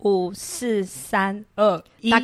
五四三二一，大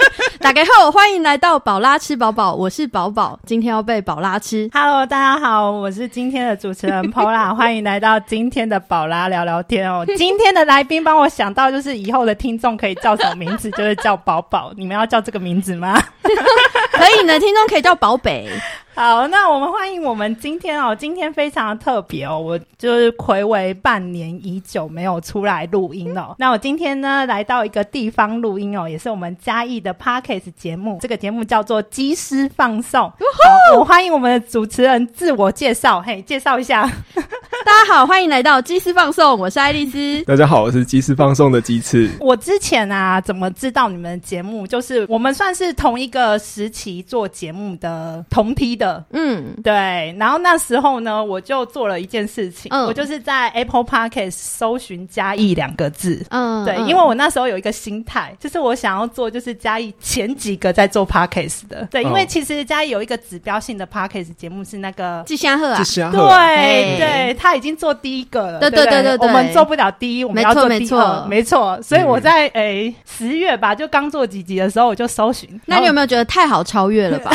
打开后，欢迎来到宝拉吃饱饱，我是宝宝，今天要被宝拉吃。 Hello，大家好，我是今天的主持人 Pola，欢迎来到今天的宝拉聊聊天哦。今天的来宾帮我想到，就是以后的听众可以叫什么名字，就是叫宝宝。你们要叫这个名字吗？可以呢，听众可以叫宝北，好，那我们欢迎我们今天哦，今天非常特别哦，我就是暌违半年已久没有出来录音哦。那我今天呢来到一个地方录音哦，也是我们嘉义的 Parkes 节目，这个节目叫做《机师放送》。好，我欢迎我们的主持人自我介绍，嘿，介绍一下。 大家好，欢迎来到鸡丝放送，我是爱丽丝。大家好，我是鸡翅放送的鸡翅。我之前啊，怎么知道你们的节目？就是我们算是同一个时期做节目的同批的，嗯，对，然后那时候呢，我就做了一件事情，嗯我就是在 Apple Podcast 搜寻“嘉义”两个字。嗯，对，嗯因为我那时候有一个心态，就是我想要做就是嘉义前几个在做 podcast 的。对，因为嗯其实嘉义有一个指标性的 podcast 节目是那个。季香鹤啊这，虾对鹤嘿对，他已经做第一个了。对对对对对我们做不了第一，我们要做没第错二，没错。所以我在诶十月吧，就刚做几集的时候，我就搜寻。那你有然后没有觉得太好超越 了吧？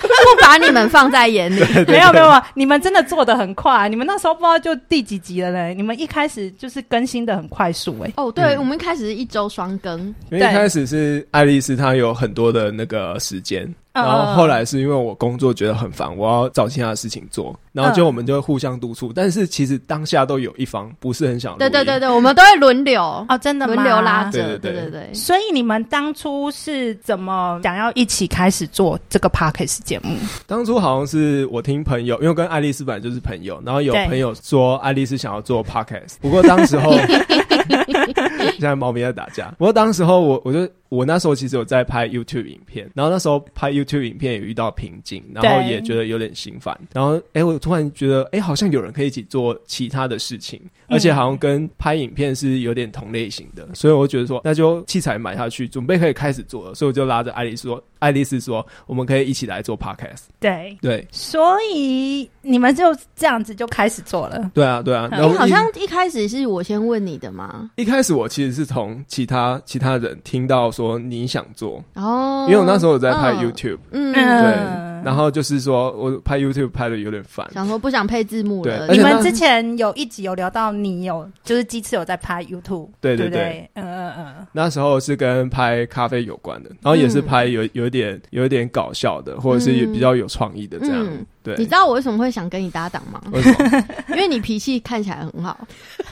不把你们放在眼里，没有没有，你们真的做的很快、你们那时候不知道就第几集了嘞？你们一开始就是更新的很快速哎、哦，对，嗯我们一开始是一周双更，因为一开始是爱丽丝，她有很多的那个时间，嗯然后后来是因为我工作觉得很烦，我要找其他的事情做，然后就嗯我们就会互相督促，但是其实当下都有一方不是很想哦录对音。对对对，我们都会轮流，哦，真的吗轮流拉扯，对对对对对。所以你们当初是怎么想要一起开始做这个 podcast 节目？当初好像是我听朋友，因为我跟爱丽丝本来就是朋友，然后有对朋友说爱丽丝想要做 podcast，不 过当时候，现在猫咪在打架。不过当时候我我就我那时候其实有在拍 YouTube 影片，然后那时候拍 YouTube 影片也遇到瓶颈，然后对也觉得有点心烦。然后哎、诶我突然觉得哎、诶好像有人可以一起做其他的事情，而且好像跟拍影片是有点同类型的，所以我觉得说那就器材买下去，准备可以开始做了，所以我就拉着爱丽丝说，爱丽丝说我们可以一起来做 podcast。对，对所以你们就这样子就开始做了。对啊，对啊。嗯然后诶好一像一开始是我先问你的嘛，一开始我其实是从其他其他人听到说你想做，哦，因为我那时候有在拍嗯 YouTube，、嗯，嗯对，然后就是说我拍 YouTube 拍的有点烦，想说不想配字幕了，对而你且们那之前有一集有聊到你有就是鸡翅有在拍 YouTube，对对对不对，嗯嗯嗯，那时候是跟拍咖啡有关的，然后也是拍有有一点有一点搞笑的，或者是嗯比较有创意的这样，嗯对你。知道我为什么会想跟你搭档吗？为什么？因为你脾气看起来很好，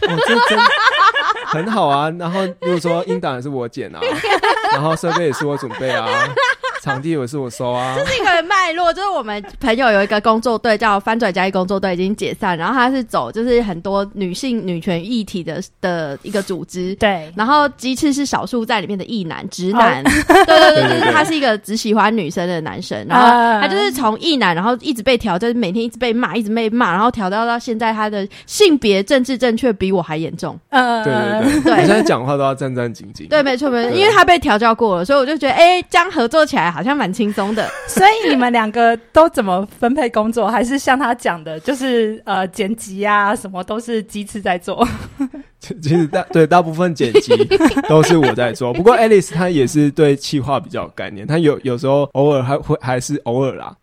哦，这真很好啊。 然后如果说音档也是我剪 啊，然后设备也是我准备啊，场地也是我 收啊。这个脉络就是我们朋友有一个工作队叫翻转加一工作队，已经解散，然后他是走就是很多女性女权议题的的一个组织。对，然后鸡翅是少数在里面的异男直男，对对对，就是他是一个只喜欢女生的男生，然后啊他就是从异男，然后一直被调，就是每天一直被骂，一直被骂，然后调到到现在，他的性别政治正确比我还严重。嗯，对对对，对我现在讲话都要战战兢兢。对，没错没错，对因为他被调教过了，所以我就觉得，哎、这样合作起来好像蛮轻松 的。所以你们两个都怎么分配工作？还是像他讲的，就是呃剪辑啊，什么都是鸡翅在做。其 其实大对大部分剪 辑都是我在做，不过 Alice 她也是对气化比较有概念，她有有时候偶尔还会还是偶尔啦，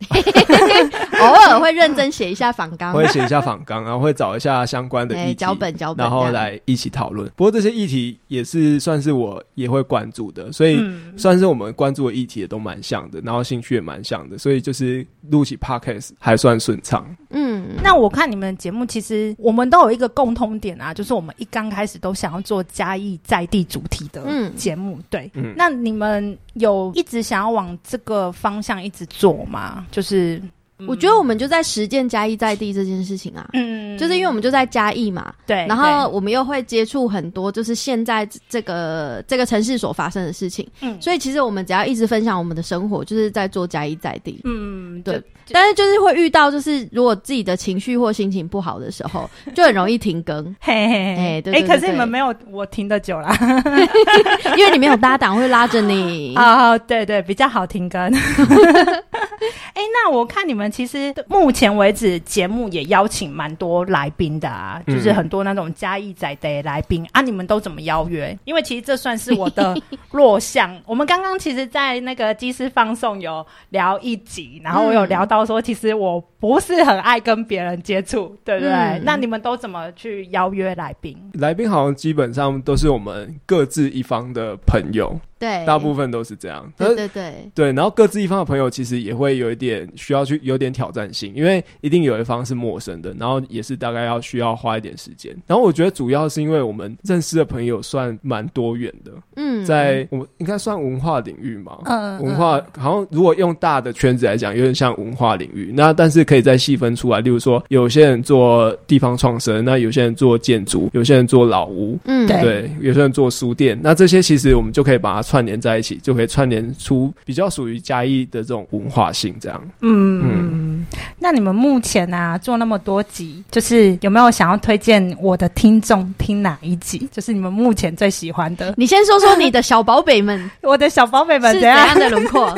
偶尔会认真写一下访纲，啊会写一下访纲，然后会找一下相关的哦哎议题脚本脚本然后这样来一起讨论。不过这些议题也是算是我也会关注的，所以嗯，算是我们关注的议题也都蛮像的，然后兴趣也蛮像的，所以就是录起 podcast 还算顺畅。嗯，那我看你们节目，其实我们都有一个共通点啊，就是我们一刚开始都想要做嘉义在地主题的嗯节目。对，嗯那你们有一直想要往这个方向一直做吗？就是我觉得我们就在实践嘉义在地这件事情啊。嗯就是因为我们就在嘉义嘛，对，然后我们又会接触很多就是现在这个这个城市所发生的事情，对嗯所以其实我们只要一直分享我们的生活，就是在做嘉义在地。嗯对但是就是会遇到，就是如果自己的情绪或心情不好的时候，就很容易停更，嘿嘿哎对哎，对可是对你们没有我停的久啦。 因为 哦嗯你没有搭档会拉着你。啊、对对，比较好停更。哎、那我看你们其实目前为止节目也邀请蛮多来宾的啊，嗯就是很多那种嘉义仔的来宾啊，你们都怎么邀约？因为其实这算是我的弱项。我们刚刚其实，在那个机师放送有聊一集，然后我有聊到说，其实我不是很爱跟别人接触，对不对？嗯那你们都怎么去邀约来宾？来宾好像基本上都是我们各自一方的朋友，对，大部分都是这样。但对是对对，对，然后各自一方的朋友其实也会有一点需要去有点挑战性，因为一定有一方是陌生的，然后也是大概要需要花一点时间。然后我觉得主要是因为我们认识的朋友算蛮多元的，嗯，在我们应该算文化领域嘛，嗯文化好像如果用大的圈子来讲，有点像文化领域。那但是可以再细分出来，例如说有些人做地方创生，那有些人做建筑，有些人做老屋，嗯对对，有些人做书店，那这些其实我们就可以把它串联在一起，就可以串联出比较属于嘉义的这种文化性。这样，嗯，那你们目前啊做那么多集，就是有没有想要推荐我的听众听哪一集？就是你们目前最喜欢的， 你先说说你的小宝贝们我的小宝贝们是怎怎样？样的轮廓，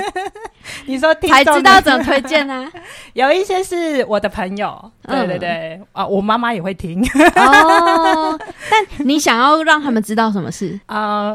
你说 听才众知道的怎么推荐啊？ 有一些是我的朋友，对嗯对对，啊，我妈妈也会听， 哦，但你想要让他们知道什么事啊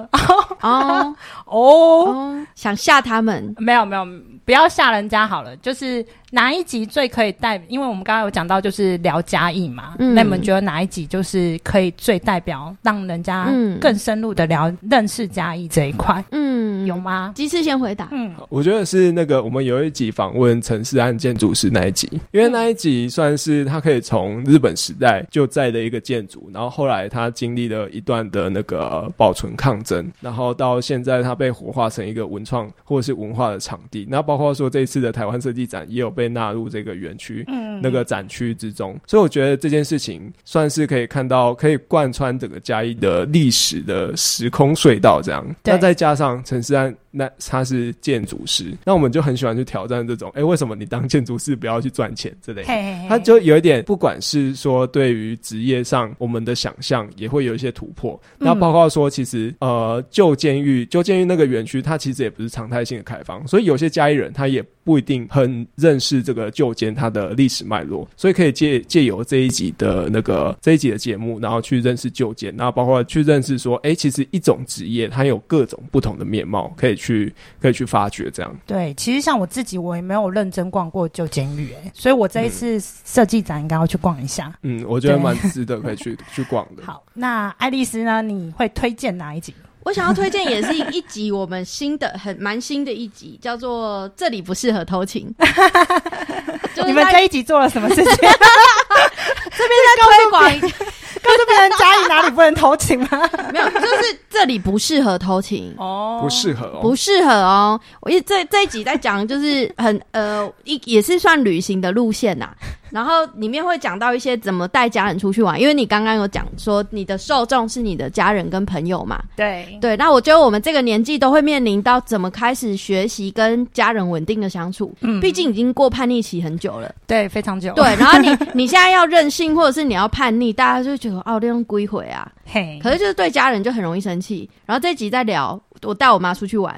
哦哦，哦，想吓他们，没有没有，不要吓人家好了，就是哪一集最可以代？因为我们刚刚有讲到就是聊嘉义嘛，嗯那你们觉得哪一集就是可以最代表让人家嗯更深入的聊认识嘉义这一块？嗯，有吗？鸡翅先回答，嗯，我觉得是那个我们有一集访问城市案建筑师那一集，因为那一集算是他可以从日本时代就在的一个建筑，然后后来他经历了一段的那个呃保存抗争，然后到现在他被活化成一个文创或者是文化的场地。那包括说这次的台湾设计展也有被纳入这个园区，嗯那个展区之中，所以我觉得这件事情算是可以看到，可以贯穿整个嘉义的历史的时空隧道这样。对那再加上陈思安，那他是建筑师，那我们就很喜欢去挑战这种，哎、为什么你当建筑师不要去赚钱之类的？嘿嘿嘿他就有一点，不管是说对于职业上我们的想象，也会有一些突破。嗯那包括说，其实呃，旧监狱，旧监狱那个园区，它其实也不是常态性的开放，所以有些嘉义人他也不一定很认识这个旧监它的历史脉络，所以可以借借由这一集的那个这一集的节目，然后去认识旧监，然后包括去认识说，哎、其实一种职业它有各种不同的面貌，可以去可以去发掘这样。对，其实像我自己，我也没有认真逛过旧监狱，哎，所以我这一次设计展应该要去逛一下。嗯，我觉得对蛮值得可 以去去逛的。好，那爱丽丝呢？你会推荐哪一集？我想要推荐也是一集我们新的很蛮新的一集，叫做《这里不适合偷情》， 就是你们在这一集做了什么事 情？推广一个告诉别人家里哪里不能偷情吗？没有，就是这里不适合偷情。哦不适合哦，不适合哦，我一这这一集在讲就是很呃一也是算旅行的路线呐、然后里面会讲到一些怎么带家人出去玩，因为你刚刚有讲说你的受众是你的家人跟朋友嘛，对对，那我觉得我们这个年纪都会面临到怎么开始学习跟家人稳定的相处，嗯哦毕竟已经过叛逆期很久了。对，非常久。对，，然后你 你现在要任性或者是你要叛逆，大家就觉得哦，这种归回啊，嘿，可是就是对家人就很容易生气。然后这集再聊，我带我妈出去玩，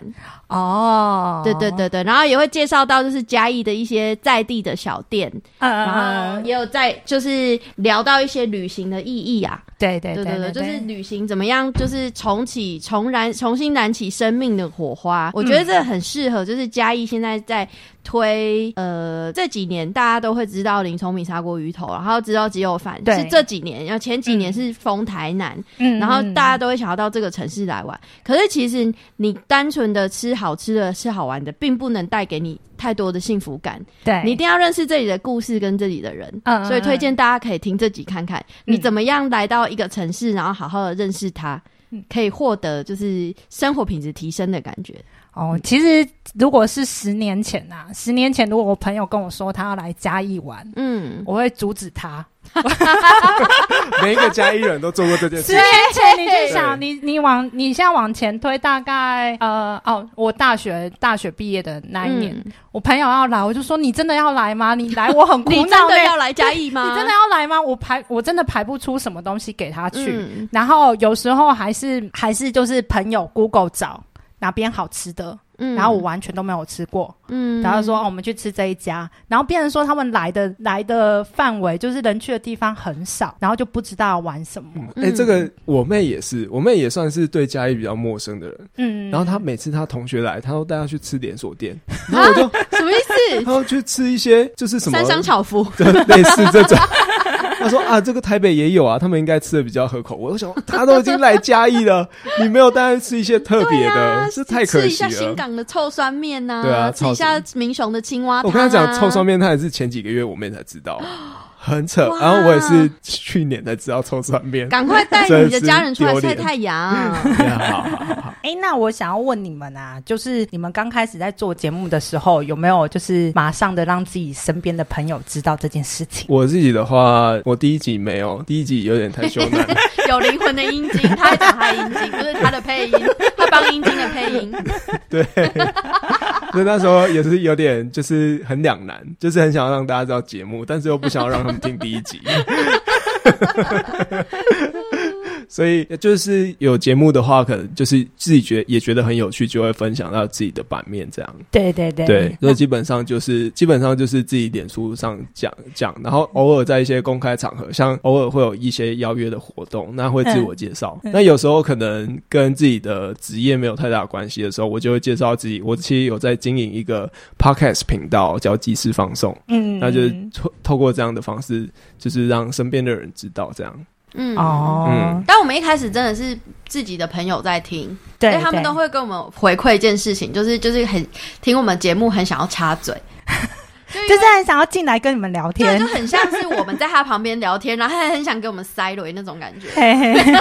哦，对对，对对，然后也会介绍到就是嘉义的一些在地的小店，然后嗯嗯，也有在就是聊到一些旅行的意义啊。对对对对对，就是旅行怎么样，就是重启、重燃、重新燃起生命的火花。我嗯觉得这很适合，就是嘉义现在在推，呃，这几年大家都会知道林聪明砂锅鱼头，然后知道只有饭对是这几年，然后前几嗯年是封台南，嗯然后大家都会想要到这个城市来玩。可是其实你单纯的吃好吃的、吃好玩的，并不能带给你太多的幸福感。对，你一定要认识这里的故事跟这里的人，嗯所以推荐大家可以听这集看看，嗯你怎么样来到一个城市，然后好好的认识它嗯，可以获得就是生活品质提升的感觉。哦，其实如果是十年前呐，十年前如果我朋友跟我说他要来嘉义玩，嗯，我会阻止他。每一个嘉义人都做过这件十事。年前你就想，对你你往你现在往前推，大概呃哦，我大学大学毕业的那一年，嗯我朋友要来，我就说你真的要来吗？你来我很苦 你恼呢、真的要来嘉义 吗？你真的要来吗？我排我真的排不出什么东西给他去。嗯然后有时候还是还是就是朋友 Google 找哪边好吃的，嗯然后我完全都没有吃过。嗯然后说哦，我们去吃这一家，然后别人说他们来的来的范围就是人去的地方很少，然后就不知道要玩什么。嗯哎、这个我妹也是，我妹也算是对嘉义比较陌生的人。嗯，然后她每次她同学来，她都带她去吃连锁店，然后我就什么意她 思？要去吃一些就是什么啊三商巧福，对，类似这种。 他说啊，这个台北也有啊，他们应该吃的比较合口味。我想他都已经来嘉义了，你没有带他吃一些特别对的啊，，这太可吃一惜下新了。港的臭酸面呐，对啊吃一下民雄的青蛙汤啊。我跟他讲臭酸面，他也是前几个月我妹才知 道，很扯。哇然后我也是去年才知道臭酸面。赶快带你的家人出来真晒是丢脸太阳。 对啊 好好好好哎、那我想要问你们啊，就是你们刚开始在做节目的时候，有没有就是马上的让自己身边的朋友知道这件事情？我自己的话，我第一集没有，第一集有点太羞赧。有灵魂的阴茎，他在讲他的阴茎，不是他的配音， 他帮阴茎的配音。对，所以那时候也是有点就是很两难，就是很想要让大家知道节目，但是又不想要让他们听第一集。所以就是有节目的话，可能就是自己觉得也觉得很有趣，就会分享到自己的版面这样。对对对对，所以基本上就是基本上就是自己脸书上讲讲，然后偶尔在一些公开场合，像偶尔会有一些邀约的活动，那会自我介绍。那有时候可能跟自己的职业没有太大关系的时候，我就会介绍自己。我其实有在经营一个 podcast 频道，叫“即时放送”，嗯那就是透透过这样的方式，就是让身边的人知道这样。嗯，哦，嗯但我们一开始真的是自己的朋友在听，对所以他们对都会跟我们回馈一件事情，就是就是很听我们节目很想要插嘴，就是很想要进来跟你们聊对，啊天就。很像是我们在他旁边聊天，然后他很想给我们塞雷那种感觉。嘿嘿嘿，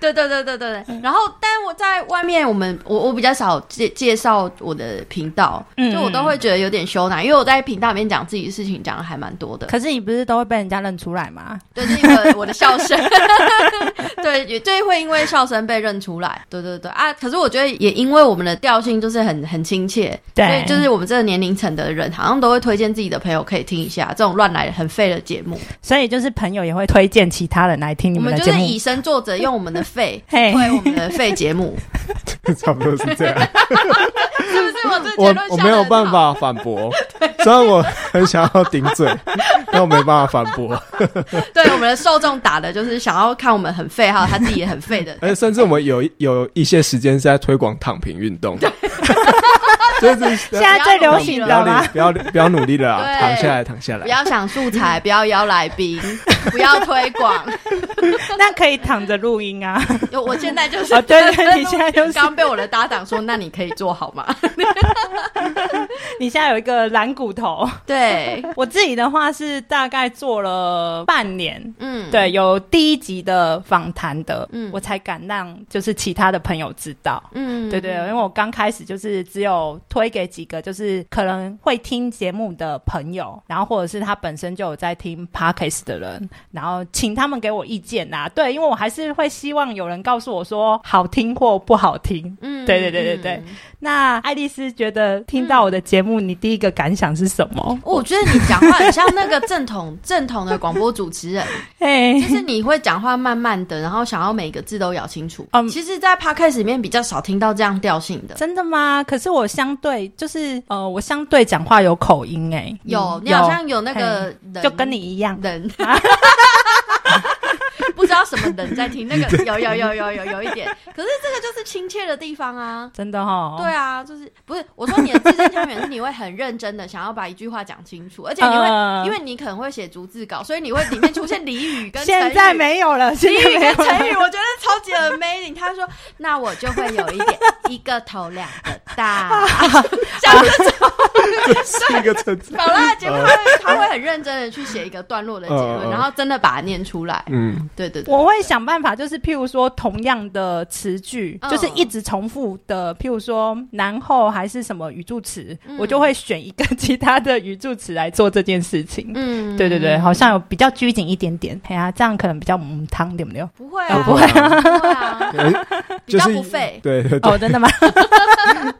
对对对对对对。然后，但我在外面，我们我我比较少介介绍我的频道，嗯就我都会觉得有点羞赧，因为我在频道里面讲自己的事情讲的还蛮多的。可是你不是都会被人家认出来吗？对，是因为我的笑声，对，也对，会因为笑声被认出来。对对对啊！可是我觉得也因为我们的调性就是很很亲切，对所以就是我们这个年龄层的人，好像都会推荐自己的朋友可以听一下这种乱来很废的节目。所以就是朋友也会推荐其他人来听你我们们的就节是目。以身作则，用我们的肺嘿推我们的废节目， 差不多是 这样。是不是？我这结我论我没有办，法反驳， 虽然我很想要顶嘴， 但我没办法反驳。。对我们的受众打的就是想要看我们很废，还有他自己也很废 的哎而且哎甚至我们有有一些时间是在推广躺平运动，就是 现啊在最流行不的要吗努？不要不要努力了啦，对躺下来，躺下不来。要想素材，不要邀来 宾，不要推广，那可以躺着录音啊。 有，我现在就是哦对对你现在就是刚被我的搭档说，那你可以做好吗？ 你现在有一个蓝骨头。对，我自己的话是大概做了半年。嗯，对，有第一集的访谈的，嗯我才敢让就是其他的朋友知道。嗯，对对，因为我刚开始就是只有推给几个，就是可能会听节目的朋友，然后或者是他本身就有在听 podcast 的人，然后请他们给我意见呐、对，因为我还是会希望有人告诉我说好听或不好听。嗯对对对对对嗯那爱丽丝觉得听到我的节目，你第一个感想是什么？哦我觉得你讲话很像那个正统 正统的广播主持 人，嘿就是你会讲话慢慢的，然后想要每个字都咬清楚。嗯其实，在 podcast 里面比较少听到这样调性的。真的吗？可是我相对就是呃，我相对讲话有口音哎、有，嗯你好像有那个人，就跟你一样，人， 不知道什么人在听那个，有有有有有有一点，可是这个就是亲切的地方啊。真的哦哈。对啊，就是不是我说你的字正腔圆是你会很认真的想要把一句话讲清楚，而且你会、嗯因为你可能会写逐字稿，所以你会里面出现俚语跟成 现语在。没有了，俚现在语没有跟了成语，我觉得超级 amazing。他说：“那我就会有一点一个头两个 大，像这种这是一个层次。好啦，结果他会他会很认真的去写一个段落的结嗯呃论，嗯然后真的把它念出来。嗯，对对 对，我会想办法，就是譬如说同样的词句，嗯就是一直重复的，譬如说然后还是什么语助词，嗯我就会选一个 其他的语助词来做这件事情。嗯对对对，好像有比较拘谨一点点，哎呀、这样可能比较母汤，对不对？不会啊啊，不会啊，不会啊，呃 比就较是不费。 对对对，哦，真的吗？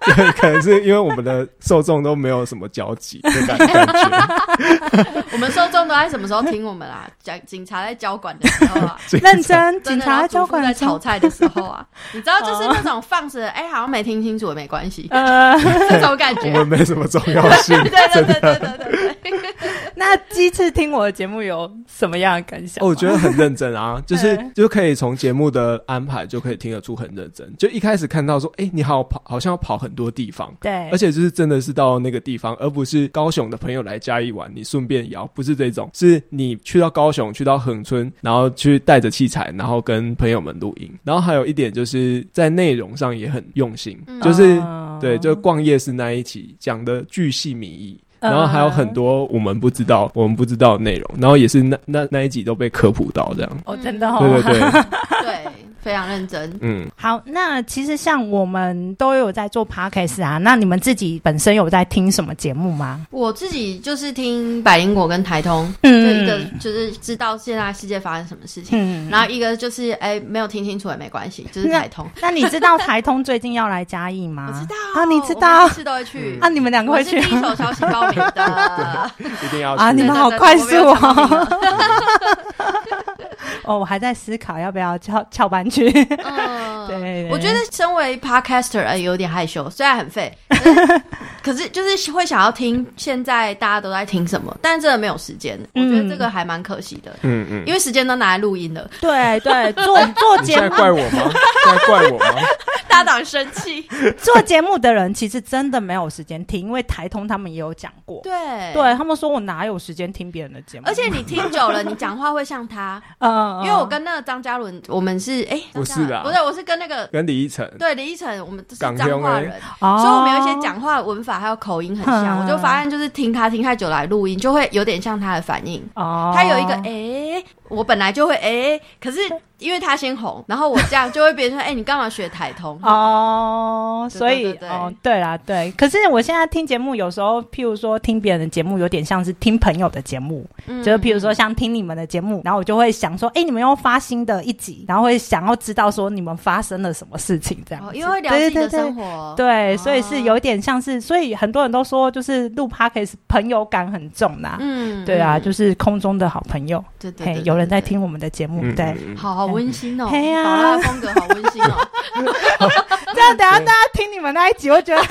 对，可能是因为我们的受众都没有什么交集的感感觉。我们受众都在什么时候听我们啊？警 警察在交管的时候啊，认真， 警真的然察后交主妇管在的时候炒菜的时候 啊，你知道就是那种放着，哎，好像没听清楚也没关 系，呃，这种感我觉。们没什么重要性 对。对对对对对对，那鸡翅听我的节目有什么样的感想哦，吗？我觉得很认真啊，就是嗯就可以从节目的安排就可以听得出很认真。就一开始看到说，哎、你好跑，好像要跑很多地方，对，而且就是真的是到那个地方，而不是高雄的朋友来嘉义玩，你顺便摇，不是这种，是你去到高雄，去到恒春，然后去带着器材，然后跟朋友们录音。然后还有一点就是在内容上也很用心，嗯就是嗯对，就逛夜市那一期讲的巨细靡遗。嗯然后还有很多我们不知道、我们不知道的内容，然后也是那那那一集都被科普到这样。哦，真的哦，对对对，对，非常认真。嗯，好，那其实像我们都有在做 podcast 啊，那你们自己本身有在听什么节目吗？我自己就是听百灵果跟台通，嗯这一个就是知道现在世界发生什么事情，嗯，然后一个就是哎没有听清楚也没关系，就是台通。那你知道台通最近要来嘉义吗？我知道啊你知道我每次都会去啊，，你们两个我会是第去一手消息报名的。一定 要啊去你们好对对对快速哦我没有成功的 哦，我还在思考要不要翘翘班去。嗯， 对对对我觉得身为 podcaster 呃有点害羞，虽然很 废，但是可是就是会想要听现在大家都在听什么，但真的没有时间，我嗯觉得这个还蛮可惜的，嗯嗯，因为时间都拿来录音了， 对对，做做你现节在目怪我吗？ 现在怪我吗？大家都很生气。做节目的人其实真的没有时间听，因为台通他们也有讲过，对。 对他们说我哪有时间听别人的节目，而且你听久了，你讲话会像他，嗯，因为我跟那个张嘉伦，我们是哎，不是张嘉啦伦不是，我是跟那个跟李依晨，对李依晨，我们都是港彰兄化欸人，哦所以我们有一些讲话文法还有口音很像，嗯我就发现就是听他听太久来录音，就会有点像他的反应。哦，他有一个诶，我本来就会诶，可是因为他先红，然后我这样就会变成诶，你干嘛学台通？哦，对所对以对对哦，对啦，对。可是我现在听节目，有时候譬如说听别人的节目，有点像是听朋友的节目，嗯就是譬如说像听你们的节目，然后我就会想说，哎，你们又发新的一集，然后会想要知道说你们发生了什么事情这样哦子。因为会聊自己对对的对生活，对，所以是哦有点像是，所以很多人都说，就是录 podcast 朋友感很重啦。嗯对啊，嗯就是空中的好朋友，对对嘿对，，对有人在，听我们的节目，嗯，对嗯。，嗯对好好温馨哦，嘿呀宝拉的风格好温 馨哦，这样等一下大家听你们那一集，会觉得，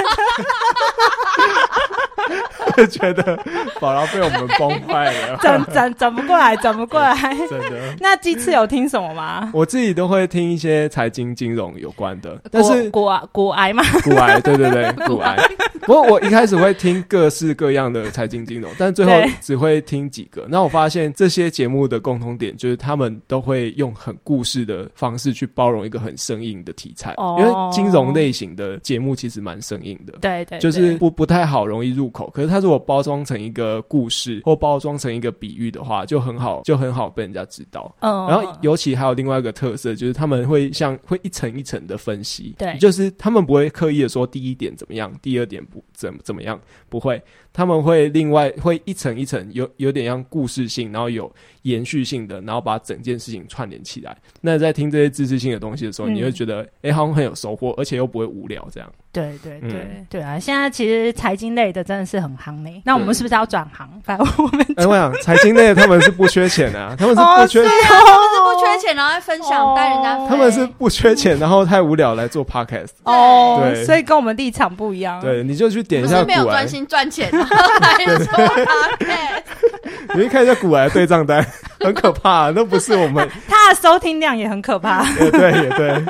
觉得宝拉被我们崩坏了 转转转不过来，转不过来。真的。 那鸡翅有听什么吗？我自己都会听一些财经金融有关的，但是骨骨骨癌嘛，古癌，对对对，古癌。不过我一开始会听各式各样的财经金融，但最后对只会听几个。那我发现这些节目的共同点就是，他们都会用很故事的方式去包容一个很生硬的题材，哦因为金融类型的节目其实蛮生硬的。 对哎对，就是不不太好容易入口。可是它如果包装成一个故事或包装成一个比喻的话，就很好，就很好被人家知道。嗯然后尤其还有另外一个特色，就是他们会像会一层一层的分析，对就是他们不会刻意的说第一点怎么样，第二点不怎么怎么样，不会，他们会另外会一层一层有有点像故事性，然后有延续性的，然后把整件事情串联起来。那在听这些知识性的东西的时候，嗯你会觉得哎、诶好像很有收获，而且又不会无聊这样。对对对、嗯对啊！现在其实财经类的真的是很夯呢。那我们是不是要转行？ 反正我们哎、我想财经类的他们是不缺钱啊，他们是不哦缺，是 他们是不缺钱，然后还分享哦带人家飞，他们是不缺钱，然后太无聊来做 podcast。哦对所以跟我们立场不一样。对，你就去点哦不一下是没有古专玩，心赚钱，然后来做 podcast 你去看一下古玩对账单， 很可怕、啊那不是我们。它的收听量也很可怕。也对，也对，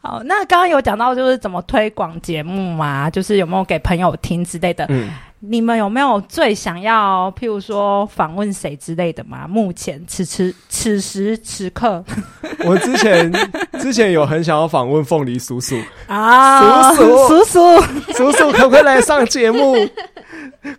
好，那刚刚有讲到就是怎么推广节目嘛，就是有没有给朋友听之类的。嗯，你们有没有最想要，譬如说访问谁之类的吗？目前此时此时此刻我之前之前有很想要访问凤梨叔叔，啊，叔叔叔叔，叔叔可不可以来上节目？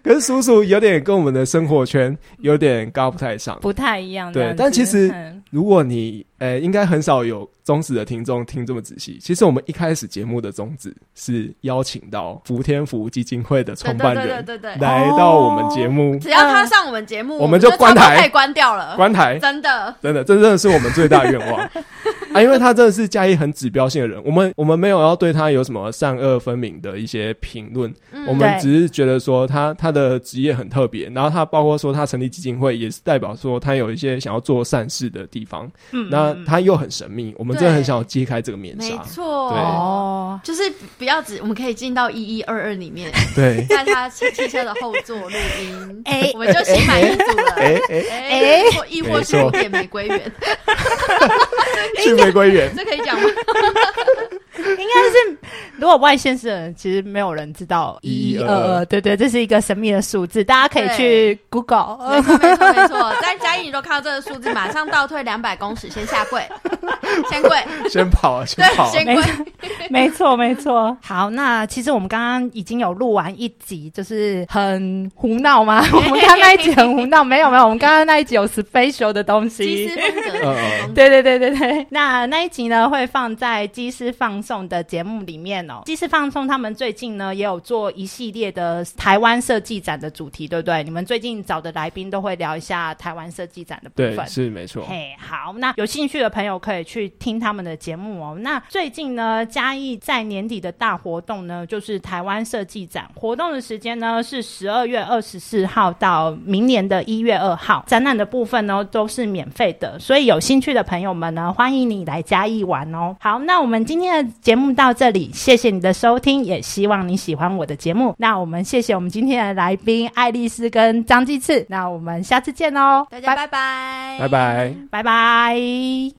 可是叔叔有点跟我们的生活圈有点搭不太上。不太一样这对样子。但其实嗯如果你呃，应该很少有忠实的听众听这么仔细。其实我们一开始节目的宗旨是邀请到福天福基金会的对创对办对对人对哦对，来到我们节目，只要他上我们节目，嗯我们就关台差不多可以关掉了，关台。真的。 真的，这真的是我们最大的愿望。啊，因为他真的是嘉义很指标性的人，我们我们没有要对他有什么善恶分明的一些评论，嗯我们只是觉得说他他的职业很特别，然后他包括说他成立基金会，也是代表说他有一些想要做善事的地方，嗯，嗯那他又很神秘，我们真的很想要揭开这个面没纱，对错，哦，就是不要只，我们可以进到一一二二里 面，对，在他汽车的后座录音，哎我们就心满意足了。哎哎，哎，哎或亦或是没五错点玫瑰园，去玫瑰园，这可以讲吗？应该是如果外县市的人，其实没有人知道一一二二， 1122对对，这是一个神秘的数字，大家可以去 Google，没错没错没错，在嘉义你都看到这个数字，马上倒退两百公尺，先下 跪，先跪，先跑啊，先对跑，啊，先没跪。 没错，没错。好，那其实我们刚刚已经有录完一集，就是很胡闹吗？ 我们刚刚那一集很胡闹，没有没有，我们刚刚那一集有 special 的东 西鸡丝。风格，嗯嗯对对对对对，那那一集呢会放在机师放送的节目里面哦。机师放送他们最近呢也有做一系列的台湾设计展的主题，对不对？你们最近找的来宾都会聊一下台湾设计展的部对，分。是没错，嘿，好，那有兴趣的朋友可以去听他们的节目哦。那最近呢，嘉义在年底的大活动呢，就是台湾设计展。活动的时间呢是十二月二十四号到明年的一月二号。展览的部分呢都是免费的，所以有兴趣的朋友们呢，欢迎你来嘉义玩哦。好，那我们今天的节目到这里，谢谢你的收听，也希望你喜欢我的节目。那我们谢谢我们今天的来宾爱丽丝跟张继次，那我们下次见喽，大家拜拜，拜拜。哦拜拜。